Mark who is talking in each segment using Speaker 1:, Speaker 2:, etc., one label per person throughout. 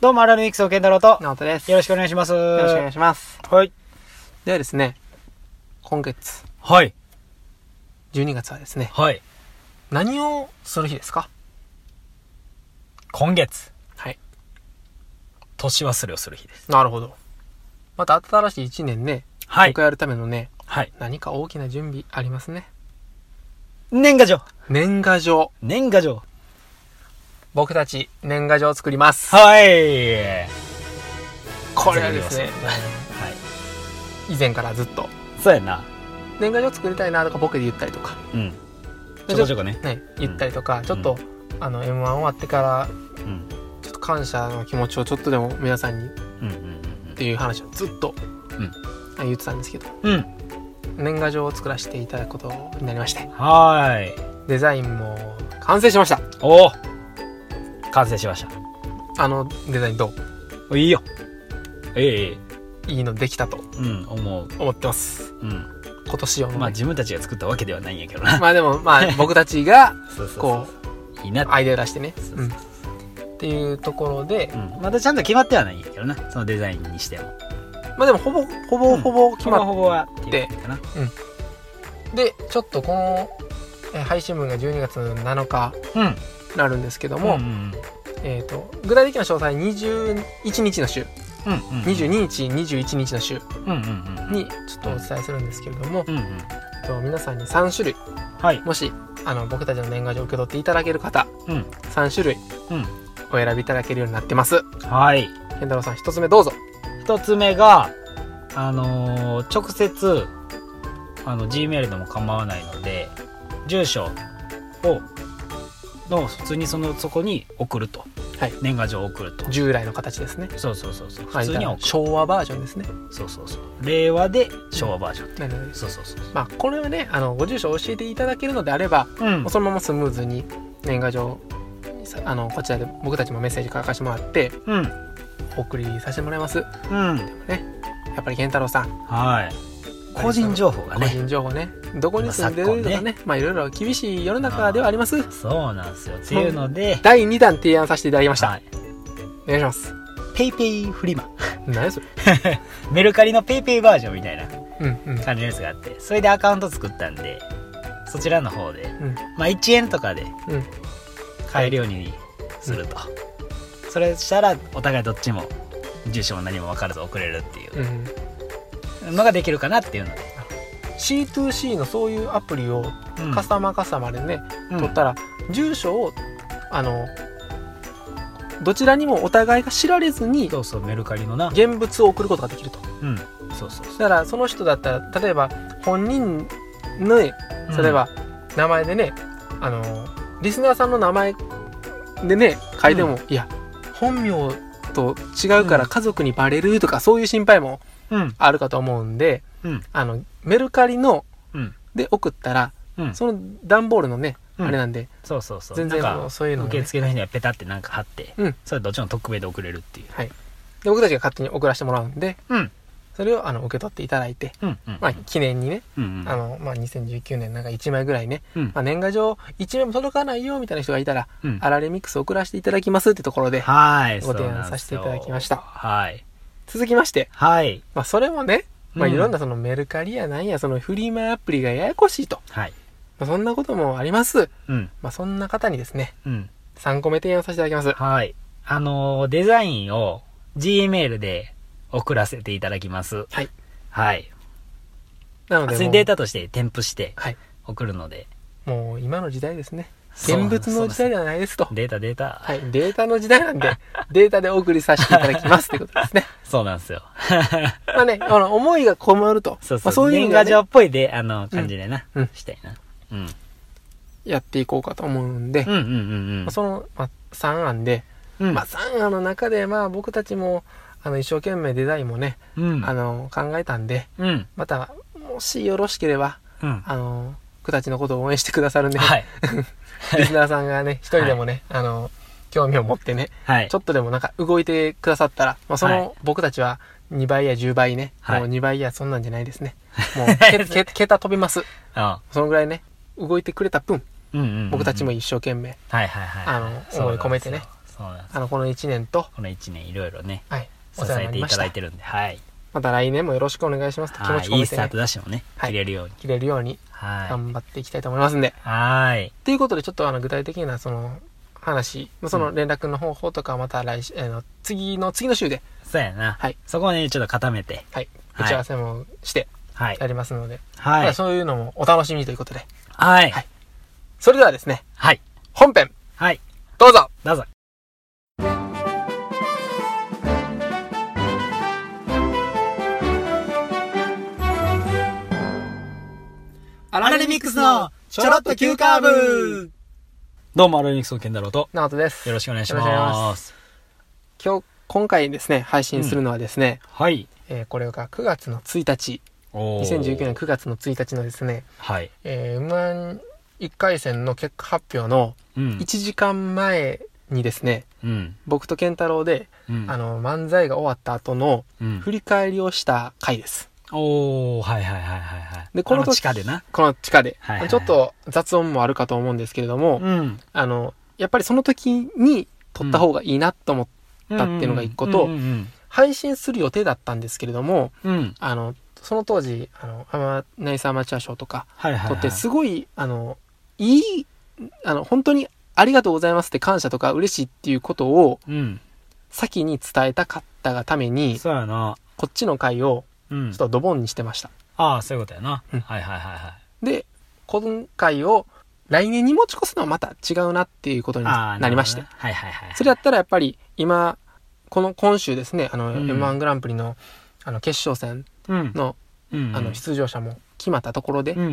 Speaker 1: どうも、アラルミックスの健太郎と、
Speaker 2: 直人です。
Speaker 1: よろし
Speaker 2: く
Speaker 1: くお願いします。よ
Speaker 2: よろしくお願い
Speaker 1: し
Speaker 2: します。
Speaker 1: ます。はい。
Speaker 2: ではですね、今月、
Speaker 1: はい。
Speaker 2: 12月はですね、
Speaker 1: はい。
Speaker 2: 何をする日ですか
Speaker 1: 今月、
Speaker 2: はい。
Speaker 1: 年忘れをする日です。
Speaker 2: なるほど。また新しい1年ね、
Speaker 1: は
Speaker 2: 僕。やるためのね、
Speaker 1: はい。
Speaker 2: 何か大きな準備ありますね。
Speaker 1: 年賀状。
Speaker 2: 年賀状。
Speaker 1: 年賀状。
Speaker 2: 僕たち、年賀状を作ります。
Speaker 1: はい。
Speaker 2: これはですね
Speaker 1: 全、部言いますはい。
Speaker 2: 以前からずっと、
Speaker 1: そうやな。
Speaker 2: 年賀状作りたいなとか僕で言ったりとか、
Speaker 1: うん。ちょこちょこね。
Speaker 2: ね、言ったりとか、ちょっと、あの、M1 終わってから、
Speaker 1: うん。
Speaker 2: ちょっと感謝の気持ちをちょっとでも皆さんにっ
Speaker 1: うんうん
Speaker 2: ていう話をずっと、
Speaker 1: ん
Speaker 2: 言ってたんですけど、
Speaker 1: うん。うん。
Speaker 2: 年賀状を作らせていただくことになりまして
Speaker 1: はい。
Speaker 2: デザインも完成しました
Speaker 1: おお完成しまし
Speaker 2: あのデザインど
Speaker 1: た。いいよ。ええ
Speaker 2: ういいのできたと
Speaker 1: うん、思う。
Speaker 2: 思ってます
Speaker 1: うん。
Speaker 2: 今年を
Speaker 1: まあ自分たちが作ったわけではないんやけどな。
Speaker 2: まあでもまあ 僕たちが
Speaker 1: そうそう
Speaker 2: こ
Speaker 1: う。いいな
Speaker 2: アイデア出してね、
Speaker 1: そう
Speaker 2: う、
Speaker 1: そうん
Speaker 2: っ
Speaker 1: そ
Speaker 2: ていうところで
Speaker 1: う、うん、まだちゃんと決まってはないんやけどなそのデザインにしても
Speaker 2: まあでもほぼほぼ
Speaker 1: うん
Speaker 2: ほぼ決まっ
Speaker 1: ほぼはって
Speaker 2: いう
Speaker 1: かな
Speaker 2: て、ちょっとこのえー配信分が12月7日
Speaker 1: うん
Speaker 2: になるんですけど
Speaker 1: も
Speaker 2: も、
Speaker 1: う、ん
Speaker 2: えー、と具体的な詳細21日の週
Speaker 1: うんうん、
Speaker 2: 22日21日の週
Speaker 1: うんうんうん
Speaker 2: にちょっとお伝えするんですけれども、
Speaker 1: うんうん
Speaker 2: えっと皆さんに3種類
Speaker 1: はい
Speaker 2: もしあの僕たちの年賀状を受け取っていただける方
Speaker 1: うん
Speaker 2: 3種類
Speaker 1: うん
Speaker 2: お選びいただけるようになってます
Speaker 1: はい
Speaker 2: 健太郎さん1つ目どうぞ
Speaker 1: 一つ目があのー直接あの G メールでも構わないので住所をの普通にそのそこに送ると、
Speaker 2: はい
Speaker 1: 年賀状を送ると
Speaker 2: 従来の形ですね
Speaker 1: そうそうそうそう普通には
Speaker 2: はい
Speaker 1: 送る
Speaker 2: 昭和バージョンですね
Speaker 1: そうそうそう令和で昭和バージョン、
Speaker 2: なので
Speaker 1: そうそうそう
Speaker 2: まあこれはねあのご住所を教えていただけるのであれば、
Speaker 1: そううん
Speaker 2: もうそのままスムーズに年賀状さあのこちらで僕たちもメッセージ書かせてもらって
Speaker 1: うん
Speaker 2: お送りさせてもらいます
Speaker 1: うん
Speaker 2: やっぱり健太郎さん
Speaker 1: はい。個人情報が
Speaker 2: 個
Speaker 1: ね。
Speaker 2: 人情報ねどこに住んでると
Speaker 1: ま
Speaker 2: か
Speaker 1: あ昨今
Speaker 2: ねまあいろいろ厳しい世の中ではあります
Speaker 1: そうなんですよ。っていうので、
Speaker 2: 第2弾提案させていただきました、
Speaker 1: はい。
Speaker 2: お願いします
Speaker 1: ペイペイフリマ。
Speaker 2: 何それ
Speaker 1: メルカリのペイペイバージョンみたいな
Speaker 2: うんうん
Speaker 1: 感じのやつがあって、それでアカウント作ったんで、そちらの方で、
Speaker 2: うん
Speaker 1: まあ1円とかで
Speaker 2: うん、
Speaker 1: 買えるようにすると。それしたら、お互いどっちも住所も何も分からず送れるっていううんのができるかなっていうので。
Speaker 2: C2C のそういうアプリを
Speaker 1: うん
Speaker 2: カスタマーカスタマーでね、
Speaker 1: うん
Speaker 2: 取ったら住所をあのどちらにもお互いが知られずに
Speaker 1: そうそう、メルカリのな。
Speaker 2: 現物を送ることができると
Speaker 1: うん。そうそうそ
Speaker 2: だからその人だったら例えば本人のね
Speaker 1: うん
Speaker 2: 例えば名前でね、あのリスナーさんの名前でね書いても、いや本名と違うから家族にバレるとか、そういう心配も
Speaker 1: う。うん。
Speaker 2: あるかと思うんで
Speaker 1: うん。
Speaker 2: あのメルカリの
Speaker 1: うん。
Speaker 2: で送ったら
Speaker 1: うん。
Speaker 2: その段ボールのね、
Speaker 1: うん
Speaker 2: あれなんで
Speaker 1: そうそうそう。
Speaker 2: 全然
Speaker 1: なんか
Speaker 2: もうそういうのね
Speaker 1: 受付の人にはペタってなんか貼って、
Speaker 2: うん
Speaker 1: それどっちも特命で送れるっていう
Speaker 2: で僕たちが勝手に送らせてもらうんで
Speaker 1: うん
Speaker 2: それをあの受け取っていただいて、
Speaker 1: うんうん
Speaker 2: まあ、記念にね、
Speaker 1: うんうん
Speaker 2: あのまあ、2019年なんか1枚ぐらいね、
Speaker 1: うん
Speaker 2: まあ、年賀状1枚も届かないよみたいな人がいたら、
Speaker 1: うん
Speaker 2: あられミックス送らせていただきますってところで
Speaker 1: はい
Speaker 2: ご提案
Speaker 1: そうなんですよ
Speaker 2: させていただきました
Speaker 1: はい
Speaker 2: 続きまして、
Speaker 1: はい
Speaker 2: まあ、それもね、まあ、
Speaker 1: うん
Speaker 2: いろんなそのメルカリやなんやそのフリーマアプリがややこしいと、
Speaker 1: はい
Speaker 2: まあ、そんなこともあります、
Speaker 1: うん
Speaker 2: まあ、そんな方にですね
Speaker 1: うん
Speaker 2: 3個目提案させていただきます
Speaker 1: はいあのーデザインを G メールで送らせていただきます
Speaker 2: はい
Speaker 1: はい
Speaker 2: なの
Speaker 1: 普
Speaker 2: で
Speaker 1: 通
Speaker 2: も
Speaker 1: に
Speaker 2: う
Speaker 1: データとして添付して
Speaker 2: はい
Speaker 1: 送るので
Speaker 2: もう今の時代ですね
Speaker 1: そう
Speaker 2: 現物の時代ではないですと
Speaker 1: そうですデータデータ
Speaker 2: はい、データの時代なんで、 データでお送りさせていただきますってことで すね。
Speaker 1: そうなんですよ
Speaker 2: まあね、あの、思いがこもると。
Speaker 1: そう
Speaker 2: ま
Speaker 1: そ
Speaker 2: あ、
Speaker 1: う
Speaker 2: そういう意
Speaker 1: 年
Speaker 2: 味
Speaker 1: 賀
Speaker 2: で、
Speaker 1: 状
Speaker 2: ね、
Speaker 1: っぽいであの感じでな
Speaker 2: うん
Speaker 1: したいなうん
Speaker 2: やっていこうかと思うんで、
Speaker 1: うん
Speaker 2: ま
Speaker 1: うんうん
Speaker 2: あ、その、まあ、3案で、
Speaker 1: うん
Speaker 2: まあ、3案の中で、まあ、僕たちも、あの、一生懸命デザインもね、
Speaker 1: うん
Speaker 2: あの、考えたんで、
Speaker 1: うん
Speaker 2: また、もしよろしければ、
Speaker 1: うん
Speaker 2: あの、僕たちのことを応援してくださるんで、
Speaker 1: はい
Speaker 2: リスナーさんがね、一人でもね、あの、興味を持ってね、
Speaker 1: はい
Speaker 2: ちょっとでもなんか動いてくださったら、まあ、そ
Speaker 1: はい
Speaker 2: の僕たちは2倍や10倍ね、
Speaker 1: はい
Speaker 2: もう2倍やそんなんじゃないです ね。もうけ、け、桁飛びます。
Speaker 1: あ
Speaker 2: そのぐらいね、動いてくれた分、
Speaker 1: うんうんうんうん
Speaker 2: 僕たちも一生懸命、
Speaker 1: はいはいはい。
Speaker 2: あの思い込めてね
Speaker 1: そそうなんです
Speaker 2: あのこの1年と、
Speaker 1: この1年いろいろね
Speaker 2: はい、
Speaker 1: 支
Speaker 2: お世話に
Speaker 1: え
Speaker 2: な
Speaker 1: て
Speaker 2: り
Speaker 1: い
Speaker 2: ました
Speaker 1: だ
Speaker 2: た
Speaker 1: いてるんではい
Speaker 2: また来年もよろしくお願いしますと気持
Speaker 1: はい
Speaker 2: ち込
Speaker 1: いい
Speaker 2: め
Speaker 1: ス
Speaker 2: て、
Speaker 1: ター
Speaker 2: ね
Speaker 1: ト、ダッシュもね
Speaker 2: はい
Speaker 1: 切れるように
Speaker 2: 切れるように
Speaker 1: は
Speaker 2: 頑張っていきたいと思いますんで。
Speaker 1: いはい
Speaker 2: ということでちょっとあの具体的なその話その連絡の方法とかはまた来週、あの次の次の週で、
Speaker 1: そうやな
Speaker 2: はい
Speaker 1: そこはねちょっと固めて
Speaker 2: はい、
Speaker 1: はい
Speaker 2: 打ち合わせもして
Speaker 1: はい
Speaker 2: やりますので、ま
Speaker 1: は
Speaker 2: た
Speaker 1: い
Speaker 2: そういうのもお楽しみにということで
Speaker 1: はい
Speaker 2: はいそれではですね
Speaker 1: はい
Speaker 2: 本編
Speaker 1: はい
Speaker 2: どうぞ
Speaker 1: どうぞア
Speaker 2: ラレミックスのちょろっと急カーブ
Speaker 1: どうもアラレミックスの健太郎と
Speaker 2: 直人です
Speaker 1: よろしくお願いし
Speaker 2: よろしくお願いし
Speaker 1: ま
Speaker 2: ます今日今回ですね配信するのはですね、
Speaker 1: はい
Speaker 2: えーこれが9月の1日
Speaker 1: おー
Speaker 2: 2019年9月の1日のですね
Speaker 1: はい
Speaker 2: えー、M1 一回戦の結果発表の
Speaker 1: うん
Speaker 2: 1時間前にですね、
Speaker 1: うん
Speaker 2: 僕と健太郎で、
Speaker 1: うん
Speaker 2: あの、漫才が終わった後の
Speaker 1: うん
Speaker 2: 振り返りをした回です。
Speaker 1: おおはいはいはいはいはい
Speaker 2: でこの時
Speaker 1: あ地下でな
Speaker 2: この地下で。
Speaker 1: はいはいはい
Speaker 2: ちょっと雑音もあるかと思うんですけれども、
Speaker 1: ん
Speaker 2: あの、やっぱりその時に撮った方がいいなと思って、だっていうのが一個と
Speaker 1: うん
Speaker 2: 配信する予定だったんですけれども、
Speaker 1: うんうん
Speaker 2: あの、その当時、あの、アマナイスアマチュア賞とか
Speaker 1: はいはい
Speaker 2: 撮
Speaker 1: は
Speaker 2: っ
Speaker 1: い
Speaker 2: て、すごい、あの、いい、あの、本当にありがとうございますって感謝とか嬉しいっていうことを、
Speaker 1: うん
Speaker 2: 先に伝えたかったがために、
Speaker 1: そうやな
Speaker 2: こっちの回を
Speaker 1: うん
Speaker 2: ちょっとドボンにしてました。
Speaker 1: ああそういうことやな、
Speaker 2: うん
Speaker 1: はいはいはいはい
Speaker 2: で、今回を来年に持ち越すのはまた違うなっていうことに
Speaker 1: ああ
Speaker 2: なりまして。
Speaker 1: るほどねはいはいはい
Speaker 2: それだったらやっぱり今、この今週ですね、あの、
Speaker 1: うん
Speaker 2: M1 グランプリのあの決勝戦
Speaker 1: うん
Speaker 2: の,、
Speaker 1: うん
Speaker 2: あの出場者も決まったところで、
Speaker 1: うんうん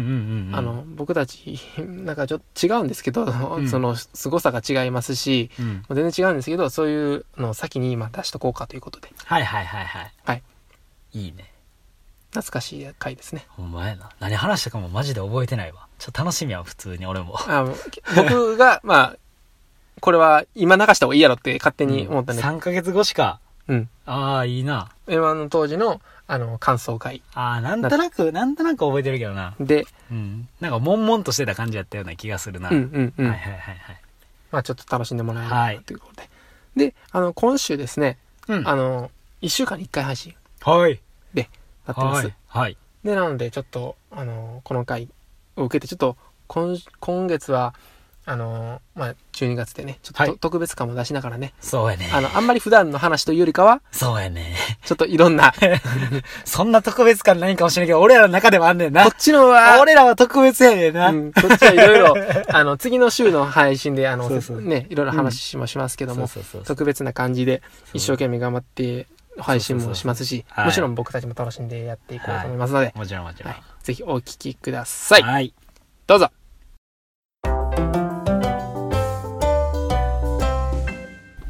Speaker 1: うん
Speaker 2: あの、僕たち、 なんかちょっと違うんですけど、
Speaker 1: ん
Speaker 2: その凄さが違いますし、
Speaker 1: うん
Speaker 2: 全然違うんですけど、そういうのを先に今出しとこうかということで、
Speaker 1: はいはいはいはい
Speaker 2: はい
Speaker 1: いいね
Speaker 2: 懐かしい回ですね。
Speaker 1: ほんまやな何話したかもマジで覚えてないわちょっと楽しみや普通に俺も
Speaker 2: あの僕が、まあ、これは今流した方がいいやろって勝手に思ったね。
Speaker 1: 3ヶ月後しか
Speaker 2: うん。
Speaker 1: ああいいな
Speaker 2: M1 の当時の、あの、感想会
Speaker 1: ああなんとなくなんとなく覚えてるけどな
Speaker 2: で、
Speaker 1: うんなんか悶々としてた感じやったような気がするな、
Speaker 2: うんうんうん。
Speaker 1: はいはいはいはい
Speaker 2: まあちょっと楽しんでもらえれ
Speaker 1: は
Speaker 2: ば
Speaker 1: い
Speaker 2: なということで。で、あの、今週ですね、
Speaker 1: うん
Speaker 2: あの、1週間に1回配信
Speaker 1: はい
Speaker 2: なってます。
Speaker 1: はいはい
Speaker 2: で、なのでちょっと、あの、この回を受けて、ちょっと今、今月は、あの、まあ12月でね、ちょっとと、
Speaker 1: はい
Speaker 2: 特別感も出しながらね、
Speaker 1: そうやね
Speaker 2: あの、あんまり普段の話というよりかは、
Speaker 1: そうやね
Speaker 2: ちょっとい ろんな、こ
Speaker 1: そんな特別感ないかもしれないけど俺らの中でもあんねんな
Speaker 2: っちのは、
Speaker 1: 俺らは特別やねんな、
Speaker 2: うん、こっちはいろいろ、あの、次の週の配信で、あの、
Speaker 1: そうそう
Speaker 2: ね、いろいろ話もしますけども、
Speaker 1: そうそうそうそう
Speaker 2: 特別な感じで、一生懸命頑張って配信
Speaker 1: そうそうそう
Speaker 2: もしますし、
Speaker 1: はい
Speaker 2: もちろん僕たちも楽しんでやっていこうと思いますので、
Speaker 1: もちろんもちろん
Speaker 2: はいぜひお聞きください。
Speaker 1: はい
Speaker 2: どうぞ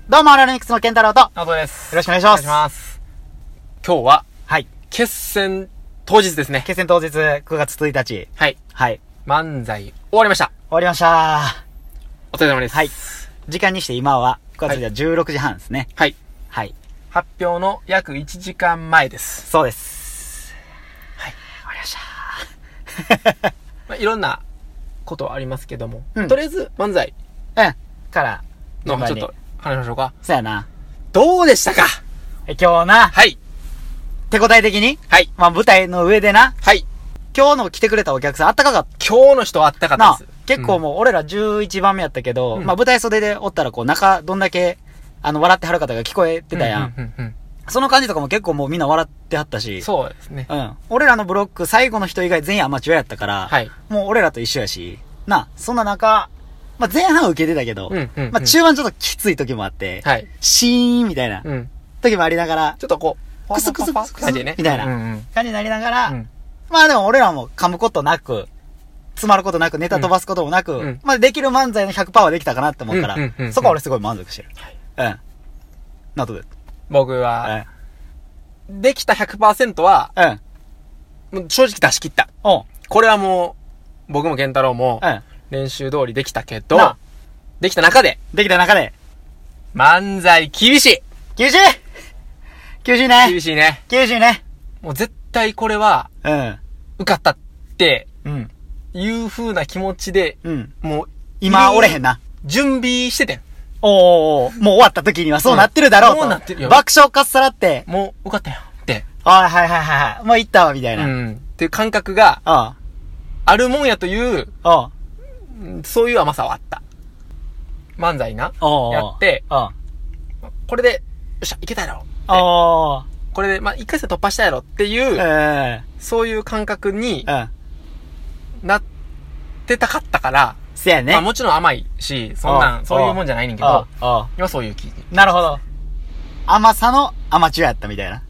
Speaker 1: どうも、アラレミックスのケンタロウと、よ
Speaker 2: あとです
Speaker 1: ろしくお願いし
Speaker 2: お
Speaker 1: ま
Speaker 2: 願い
Speaker 1: す。
Speaker 2: します。今日は、
Speaker 1: はい。
Speaker 2: 決戦当日ですね。
Speaker 1: 決戦当日、9月1日。
Speaker 2: はい。
Speaker 1: はい。終
Speaker 2: 漫才終わりました。
Speaker 1: わりました。
Speaker 2: お疲れ様です。
Speaker 1: はい。時間にして今は、9月1日は16時半ですね。
Speaker 2: はい。
Speaker 1: はい。
Speaker 2: 発表の約1時間前です。
Speaker 1: そうです。はい。終わりました。
Speaker 2: まあ、いろんなことありますけども、
Speaker 1: うん
Speaker 2: とりあえず漫才
Speaker 1: うん。から、
Speaker 2: の
Speaker 1: 順番
Speaker 2: ちょっ
Speaker 1: に
Speaker 2: と。話しましょうか。
Speaker 1: そうやな。
Speaker 2: どうでしたか
Speaker 1: え今日な、
Speaker 2: はい。
Speaker 1: 手応え的に、
Speaker 2: はい。
Speaker 1: まあ舞台の上でな、
Speaker 2: はい。
Speaker 1: 今日の来てくれたお客さんあったかかっ
Speaker 2: 今日の人はあったか
Speaker 1: た
Speaker 2: った
Speaker 1: な
Speaker 2: です。。
Speaker 1: 結構もう俺ら11番目やったけど、
Speaker 2: うん
Speaker 1: まあ舞台袖でおったらこう中、どんだけ、あの、笑ってはる方が聞こえてたやん。
Speaker 2: ううううん
Speaker 1: その感じとかも結構もうみんな笑ってはったし。
Speaker 2: そうですね。
Speaker 1: うん。俺らのブロック最後の人以外全員アマチュアやったから、
Speaker 2: はい。
Speaker 1: もう俺らと一緒やし、な、そんな中、まあ、前半は受けてたけど、
Speaker 2: うんうんうん
Speaker 1: まあ、中盤ちょっときつい時もあって、
Speaker 2: はい。
Speaker 1: シーンみたいな
Speaker 2: うん。
Speaker 1: 時もありながら、
Speaker 2: ちょっとこう、
Speaker 1: クスクスクスクス
Speaker 2: 感じでね。
Speaker 1: みたいな
Speaker 2: うんうん
Speaker 1: 感じになりながら、
Speaker 2: うん
Speaker 1: まあでも俺らも噛むことなく、詰まることなく、ネタ飛ばすこともなく、
Speaker 2: うんうん
Speaker 1: まあできる漫才の100%はできたかなって思うから、
Speaker 2: うんうんうんうん
Speaker 1: そこは俺すごい満足してる。うん。なとで。
Speaker 2: 僕は、できた100%は、
Speaker 1: うん。うん。
Speaker 2: もう正直出し切った。
Speaker 1: おう。
Speaker 2: これはもう、僕も健太郎も
Speaker 1: う、ん。
Speaker 2: 練習通りできたけ
Speaker 1: なあ
Speaker 2: ど、できた中で、
Speaker 1: できた中で、
Speaker 2: 漫才厳しい
Speaker 1: 厳しい厳しいね
Speaker 2: 厳しいね。
Speaker 1: 厳しいね
Speaker 2: もう絶対これは、
Speaker 1: うん。
Speaker 2: 受かったって、
Speaker 1: うん。
Speaker 2: いう風な気持ちで、
Speaker 1: うん。
Speaker 2: もう、
Speaker 1: 今、折れへんな。
Speaker 2: 準備しててん。
Speaker 1: おーおーもう終わった時にはそうなってるだろうと。
Speaker 2: うんもうなってるよ
Speaker 1: 爆笑かっさらって、
Speaker 2: もう受かったよって。
Speaker 1: あーはいはいはいはい。もう行ったわ、みたいうな。うん。
Speaker 2: ん。っていう感覚が
Speaker 1: あ
Speaker 2: あるもんやという、
Speaker 1: あ。あ
Speaker 2: うんそういう甘さはあった。漫才な。
Speaker 1: あ。
Speaker 2: やって、
Speaker 1: あ
Speaker 2: これで、よっしゃ、いけたやろ。
Speaker 1: あ。ああ。
Speaker 2: これで、まあ、一回戦突破したやろっていう、
Speaker 1: え
Speaker 2: そういう感覚に
Speaker 1: え。うん。
Speaker 2: なってたかったから、
Speaker 1: せやね。
Speaker 2: まあもちろん甘いし、そん
Speaker 1: あ
Speaker 2: な
Speaker 1: あ
Speaker 2: ん、そういうもんじゃないねんけど
Speaker 1: あ、あ。あ
Speaker 2: 今そういう気。い
Speaker 1: あ。なるほど。甘さのアマチュアやったみたいな。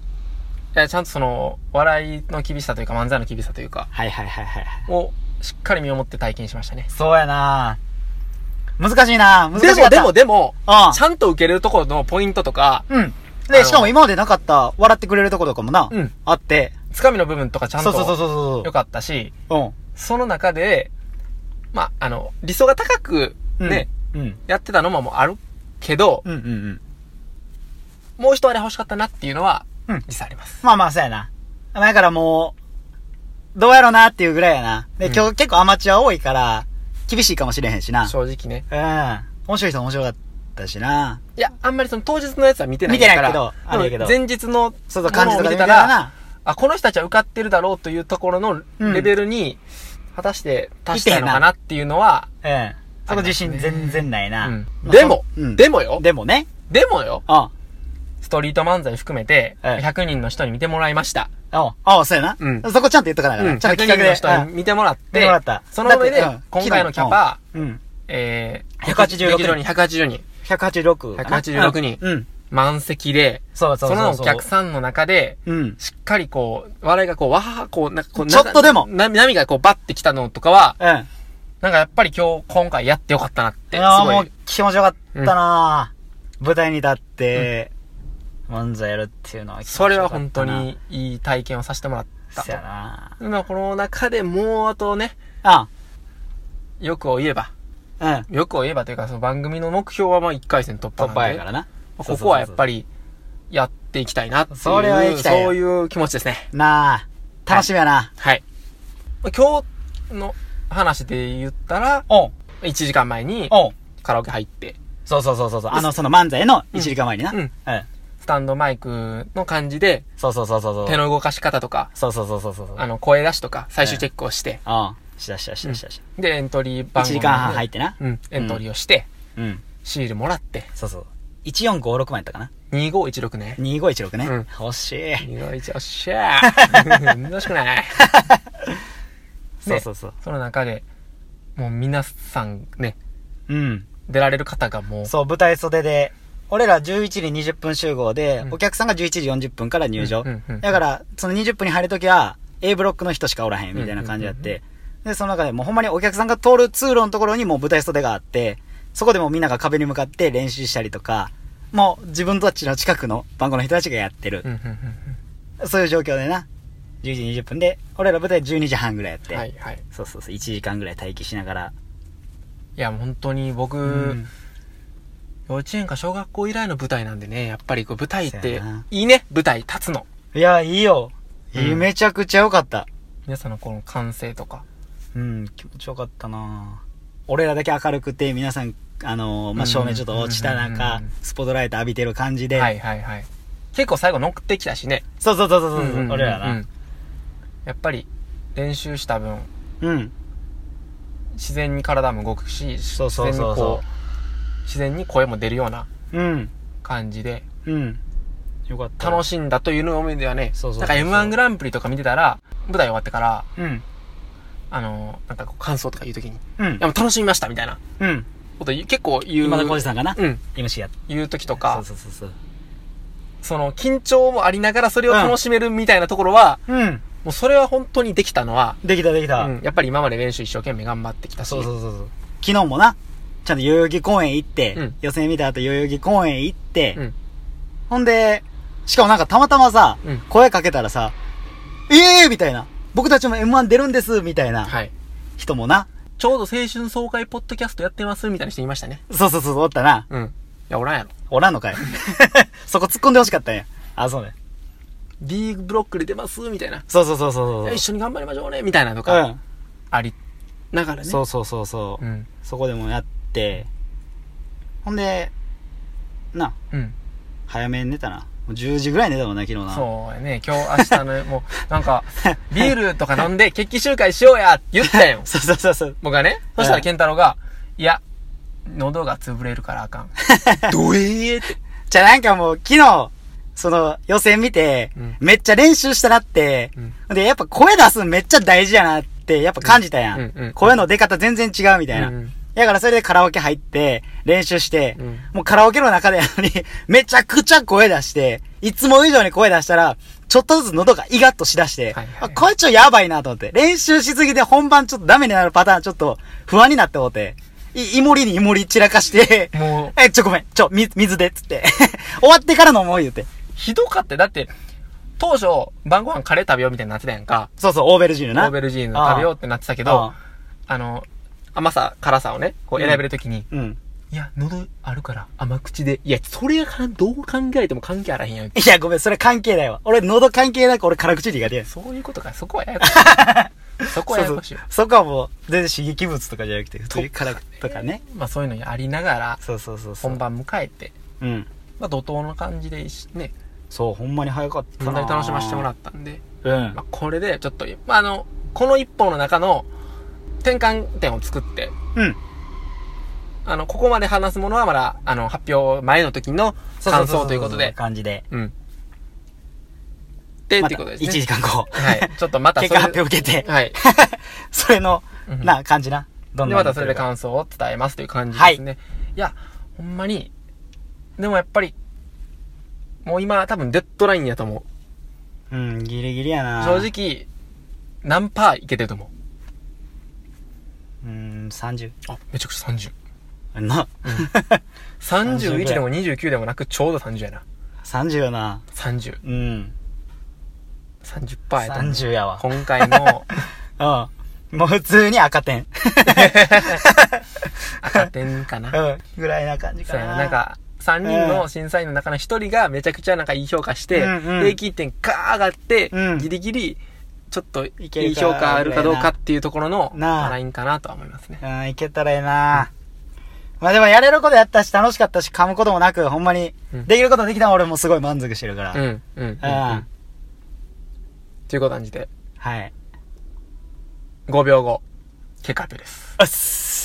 Speaker 2: や、ちゃんとその、笑いの厳しさというか、漫才の厳しさというか、
Speaker 1: はいはいはいはい。
Speaker 2: をしっかり身をもって体験しましたね。
Speaker 1: そうやな難しいな難しか
Speaker 2: で
Speaker 1: っ
Speaker 2: も、
Speaker 1: た。
Speaker 2: でも、でも、
Speaker 1: あ
Speaker 2: ちゃんと受けれるところのポイントとか、
Speaker 1: あ。うん。
Speaker 2: あの
Speaker 1: で、しかも今までなかった、笑ってくれるとことかもな、
Speaker 2: うん
Speaker 1: あって、
Speaker 2: つかみの部分とかちゃん
Speaker 1: そうそうそう
Speaker 2: と
Speaker 1: そう
Speaker 2: 良かったし、
Speaker 1: そう。
Speaker 2: その中で、まあ、あの、理想が高く
Speaker 1: うん。
Speaker 2: ね、
Speaker 1: うん。うん。
Speaker 2: やってたのももうあるけど、
Speaker 1: うんうんうん。
Speaker 2: もう一あれ欲しかったなっていうのは、
Speaker 1: うん
Speaker 2: 実際あります。
Speaker 1: まあまあ、そうやな。だからもう、どうやろなっていうぐらいやな。で、
Speaker 2: うん
Speaker 1: 今日結構アマチュア多いから、厳しいかもしれへんしな。
Speaker 2: 正直ね。
Speaker 1: うん。面白い人は面白かったしな。
Speaker 2: いや、あんまりその当日のやつは見てない
Speaker 1: 見てない
Speaker 2: から
Speaker 1: けどあれやけど
Speaker 2: でも前日の、
Speaker 1: そうそう、感じとかで見た
Speaker 2: ものを見てたら
Speaker 1: ら、
Speaker 2: あ、この人たちは受かってるだろうというところの
Speaker 1: うん
Speaker 2: レベルに、果たして達したの
Speaker 1: いてへ
Speaker 2: か
Speaker 1: んな
Speaker 2: なっていうのは、
Speaker 1: うん。そこ自信全然ないな。
Speaker 2: うん
Speaker 1: まあ
Speaker 2: でも、
Speaker 1: うん
Speaker 2: でもよ、
Speaker 1: でもね。
Speaker 2: でもよ、
Speaker 1: あ
Speaker 2: ストリート漫才含めて、
Speaker 1: ええ
Speaker 2: 100人の人に見てもらいました。
Speaker 1: あ、あそうやな。
Speaker 2: うん
Speaker 1: そこちゃんと言っとかなあかんな
Speaker 2: うん、
Speaker 1: ちゃんと
Speaker 2: 100
Speaker 1: 企
Speaker 2: 人
Speaker 1: 画
Speaker 2: の
Speaker 1: で。
Speaker 2: 人に見てもらっ
Speaker 1: 見て
Speaker 2: て
Speaker 1: もらった、
Speaker 2: その上で
Speaker 1: だってうん、
Speaker 2: 今回のキャパ、
Speaker 1: うんうん。
Speaker 2: えー、
Speaker 1: 186
Speaker 2: 186人、180人、
Speaker 1: 186かな。
Speaker 2: 186人
Speaker 1: うん。
Speaker 2: 満席で、
Speaker 1: そうそう
Speaker 2: そ
Speaker 1: そう
Speaker 2: の
Speaker 1: う。
Speaker 2: お客さんの中で、
Speaker 1: うん。
Speaker 2: しっかりこう、笑いがこう、わはは、こう、なんかこう、
Speaker 1: ちょっとでも
Speaker 2: な、波がこう、バッてきたのとかは、
Speaker 1: うん。い
Speaker 2: なんかやっぱり今日、今回やってよかったなって、す
Speaker 1: やーも
Speaker 2: ご
Speaker 1: う
Speaker 2: い。
Speaker 1: 気持ちよかったなー舞台に立って、漫才やるっていうのは気持ち
Speaker 2: それ
Speaker 1: よか
Speaker 2: は
Speaker 1: ったな
Speaker 2: 本当にいい体験をさせてもらっ
Speaker 1: そや
Speaker 2: た。
Speaker 1: な
Speaker 2: 今この中でもう、あとね、
Speaker 1: あ、
Speaker 2: よくを言えば、
Speaker 1: うん。
Speaker 2: よくを言えばというか、その番組の目標はまあ1回戦突
Speaker 1: トッ
Speaker 2: 破なんで。
Speaker 1: パやからな。
Speaker 2: ここはやっぱ
Speaker 1: り。
Speaker 2: り、やっていきたいなっていう。
Speaker 1: それは行きたいよ
Speaker 2: そういう気持ちですね。
Speaker 1: なあ楽しみやな。
Speaker 2: はい。今日の話で言ったら、
Speaker 1: おう
Speaker 2: 1時間前に
Speaker 1: おう
Speaker 2: カラオケ入って、
Speaker 1: そうそうそうそうそう。あの、その漫才の1時間前にな。
Speaker 2: うん
Speaker 1: うん。
Speaker 2: スタンドマイクの感じで、
Speaker 1: そうそうそうそうそう。
Speaker 2: 手の動かし方とか、
Speaker 1: そうそうそうそうそう。
Speaker 2: あの、声出しとか、最終チェックをして、
Speaker 1: うん。したしたしたしたし
Speaker 2: で、エントリー
Speaker 1: た。
Speaker 2: 番
Speaker 1: 1
Speaker 2: 号。
Speaker 1: 時間半入ってな。
Speaker 2: うん、エントリーをして、
Speaker 1: うん。
Speaker 2: シールもらって、
Speaker 1: そうそう。1456万やったかな。
Speaker 2: 2516ね。
Speaker 1: 2516ね。
Speaker 2: うん
Speaker 1: 欲しい。
Speaker 2: 2516、おっしゃ ーよろしくない
Speaker 1: そうそうそう。
Speaker 2: その中で、もう皆さんね、
Speaker 1: うん。
Speaker 2: 出られる方がもう、
Speaker 1: そう、舞台袖で、俺ら11時20分集合で、
Speaker 2: うん
Speaker 1: お客さんが11時40分から入場。
Speaker 2: うんうんうん
Speaker 1: だから、その20分に入るときは、A ブロックの人しかおらへんみたいな感じやって、で、その中でもうほんまにお客さんが通る通路のところにもう舞台袖があって、そこでもうみんなが壁に向かって練習したりとか、もう自分たちの近くの番号の人たちがやってる
Speaker 2: うん。うんうん
Speaker 1: そういう状況でな。11時20分で、俺ら舞台12時半ぐらいやって、
Speaker 2: うんはいはい。
Speaker 1: そうそうそう、1時間ぐらい待機しながら。
Speaker 2: いや、本当に僕、
Speaker 1: うん
Speaker 2: 幼稚園か小学校以来の舞台なんでね、やっぱりこう舞台っ
Speaker 1: そう
Speaker 2: て
Speaker 1: やな、
Speaker 2: いいね、舞台立つの。
Speaker 1: いや、いいよ。いい
Speaker 2: うん
Speaker 1: めちゃくちゃ良かった。
Speaker 2: 皆さんのこの歓声とか。
Speaker 1: うん、気持ちよかったな俺らだけ明るくて、皆さん、あのーまあ、
Speaker 2: うん
Speaker 1: 照明ちょっと落ちた
Speaker 2: う
Speaker 1: 中
Speaker 2: んうんうん、
Speaker 1: スポットライト浴びてる感じで。
Speaker 2: はいはいはい。結構最後乗ってきたしね。
Speaker 1: そうそうそうそうそう、
Speaker 2: んんん
Speaker 1: 俺らな、
Speaker 2: うんやっぱり、練習した分、
Speaker 1: うん。
Speaker 2: 自然に体も動くし、
Speaker 1: そうそうそうそう
Speaker 2: 自然にこう、自然に声も出るような
Speaker 1: うん。
Speaker 2: 感じで、
Speaker 1: うん。よかった。
Speaker 2: 楽
Speaker 1: し
Speaker 2: しんだというのを思いではね、
Speaker 1: そうそうそう
Speaker 2: なんか M1 グランプリとか見てたら、舞台終わってから、
Speaker 1: い。うん。
Speaker 2: あのーなんかこう感想とか言うときに、い
Speaker 1: うん
Speaker 2: や。もう楽しみましたみたいな
Speaker 1: うん。
Speaker 2: こと言う結構言う。
Speaker 1: 今田耕司さんかな、
Speaker 2: うん。
Speaker 1: MC やって。
Speaker 2: 言う時と
Speaker 1: そ
Speaker 2: か
Speaker 1: う、そうそうそう。
Speaker 2: その緊張もありながらそれを楽しめるみたいなところは、
Speaker 1: うん。
Speaker 2: もうそれは本当にできたのは、
Speaker 1: できたできた。
Speaker 2: うんやっぱり今まで練習一生懸命頑張ってきたし、
Speaker 1: そうそうそうそう。昨日もな、ちゃんと代々木公園行って、
Speaker 2: うん
Speaker 1: 予選見た後代々木公園行って、
Speaker 2: うん
Speaker 1: ほんで、しかもなんかたまたまさ、
Speaker 2: うん
Speaker 1: 声かけたらさ、ええー、みたいな。僕たちも M1 出るんですみたいな
Speaker 2: はい。
Speaker 1: 人もな。
Speaker 2: ちょうど青春爽快ポッドキャストやってますみたいな人いましたね。
Speaker 1: そうそうそう、おったな。
Speaker 2: うん。いや、おらんやろ。
Speaker 1: おらんの かい。そこ突っ込んでほしかったんや。あ、そうね。
Speaker 2: D ブロックで出ますみたいな。
Speaker 1: そうそうそうそう
Speaker 2: い
Speaker 1: そ
Speaker 2: や
Speaker 1: う。
Speaker 2: 一緒に頑張りましょうねみたいなと
Speaker 1: う
Speaker 2: か、
Speaker 1: ん。
Speaker 2: ありながらね。
Speaker 1: そうそうそうそう。
Speaker 2: うん。
Speaker 1: そこでもやって、ほんで、な
Speaker 2: うん
Speaker 1: 早めに寝たなもう10時ぐらい寝たもんな昨日な
Speaker 2: そうやね今日明日のもうなんかビールとか飲ん で決起集会しようやって言ったよ
Speaker 1: そうそうそうそう
Speaker 2: 僕はねそしたら健太郎が「いや喉が潰れるからあ かん」どえーって
Speaker 1: じゃあなんかもう昨日その予選見て、
Speaker 2: うん
Speaker 1: めっちゃ練習したなって、でやっぱ声出すんめっちゃ大事やなってやっぱ感じたやん、
Speaker 2: うんうんうん
Speaker 1: 声の出方全然違うみたいな、
Speaker 2: うん
Speaker 1: だからそれでカラオケ入って、練習して、
Speaker 2: うん
Speaker 1: もうカラオケの中でやのに、 めちゃくちゃ声出して、いつも以上に声出したら、ちょっとずつ喉がイガッとしだして、
Speaker 2: はいはい
Speaker 1: あ、これちょっとやばいなと思って、練習しすぎて本番ちょっとダメになるパターンちょっと不安になって思って、い、イモリにイモリ散らか して、
Speaker 2: もう
Speaker 1: え、ちょごめん、ちょ、み、水で、つって。 終わってから飲もう言うて。
Speaker 2: ひどかったよだって当初晩ご飯カレー食べようみたいになってたやんか
Speaker 1: そうそう、オーベルジーヌ
Speaker 2: オ
Speaker 1: な。
Speaker 2: ーベルジーヌ食べようってなってたけ
Speaker 1: あ
Speaker 2: どあの甘さ辛さをねこう選べるときに、
Speaker 1: うん。
Speaker 2: いや喉あるから甘口でいやそれがどう考えても関係あらへんやん
Speaker 1: いや、ごめん、それ関係ないわ。俺、喉関係なく俺辛口苦手やん。
Speaker 2: そういうことかそこはやや こしいそこはややこしい
Speaker 1: そうそうそこはもう全然刺激物とかじゃなくて普通に辛くとかね
Speaker 2: まあそういうのありながら
Speaker 1: そうそうそうそう
Speaker 2: 本番迎えて、
Speaker 1: うん
Speaker 2: まあ、怒涛の感じで一緒ね
Speaker 1: そうほんまに早かった
Speaker 2: 問
Speaker 1: な
Speaker 2: 題楽しませてもら
Speaker 1: っ
Speaker 2: ったんで、
Speaker 1: たうん
Speaker 2: まあ、これでちょっと、まあ、あのこの一歩の中の転換点を作って
Speaker 1: うん
Speaker 2: あのここまで話すものはまだあの発表前の時の感想ということで
Speaker 1: 感じで
Speaker 2: うんで、
Speaker 1: ま
Speaker 2: って
Speaker 1: た
Speaker 2: いうことです
Speaker 1: 1
Speaker 2: ね
Speaker 1: 時間後
Speaker 2: はいちょっとまたそ れ
Speaker 1: 結果発表受けて
Speaker 2: はい
Speaker 1: それの
Speaker 2: うん
Speaker 1: な感じなどん
Speaker 2: で、
Speaker 1: なの
Speaker 2: また
Speaker 1: やって
Speaker 2: そ
Speaker 1: る
Speaker 2: れで
Speaker 1: か
Speaker 2: 感想を伝えますという感じですね。い、や、ほんまに、でもやっぱり、もう今多分デッドラインやと思う。
Speaker 1: うんギリギリやな
Speaker 2: 正直、何パーいけてると思う。
Speaker 1: うん30
Speaker 2: あ、めちゃくちゃ30。
Speaker 1: な30ぐらい
Speaker 2: 31でも29でもなくちょうど30やな。
Speaker 1: 30よな
Speaker 2: 30。
Speaker 1: うん
Speaker 2: 30パーやと思う。
Speaker 1: 30やわ
Speaker 2: 今回の
Speaker 1: うんもう普通に赤点
Speaker 2: 赤点 かな。
Speaker 1: うんぐらいな感じ
Speaker 2: そ
Speaker 1: か
Speaker 2: うや
Speaker 1: な
Speaker 2: な。なんか、3人の審査員の中の1人がめちゃくちゃなんかいい評価して、
Speaker 1: うんうん
Speaker 2: 平均点ガー上がって、
Speaker 1: うん
Speaker 2: ギリギリ、ちょっとい
Speaker 1: けるか
Speaker 2: い評価あるかどうかっていうところの、
Speaker 1: なあ
Speaker 2: まあラインかなとは思いますね。
Speaker 1: うん、いけたらええな、まあでもやれることやったし、楽しかったし、噛むこともなく、ほんまに、
Speaker 2: うん
Speaker 1: できることできたの俺もすごい満足してるから。
Speaker 2: うん、うん、うん。うん
Speaker 1: あ
Speaker 2: という感じで、
Speaker 1: はい。
Speaker 2: 5秒後、結果発表です。
Speaker 1: うっす。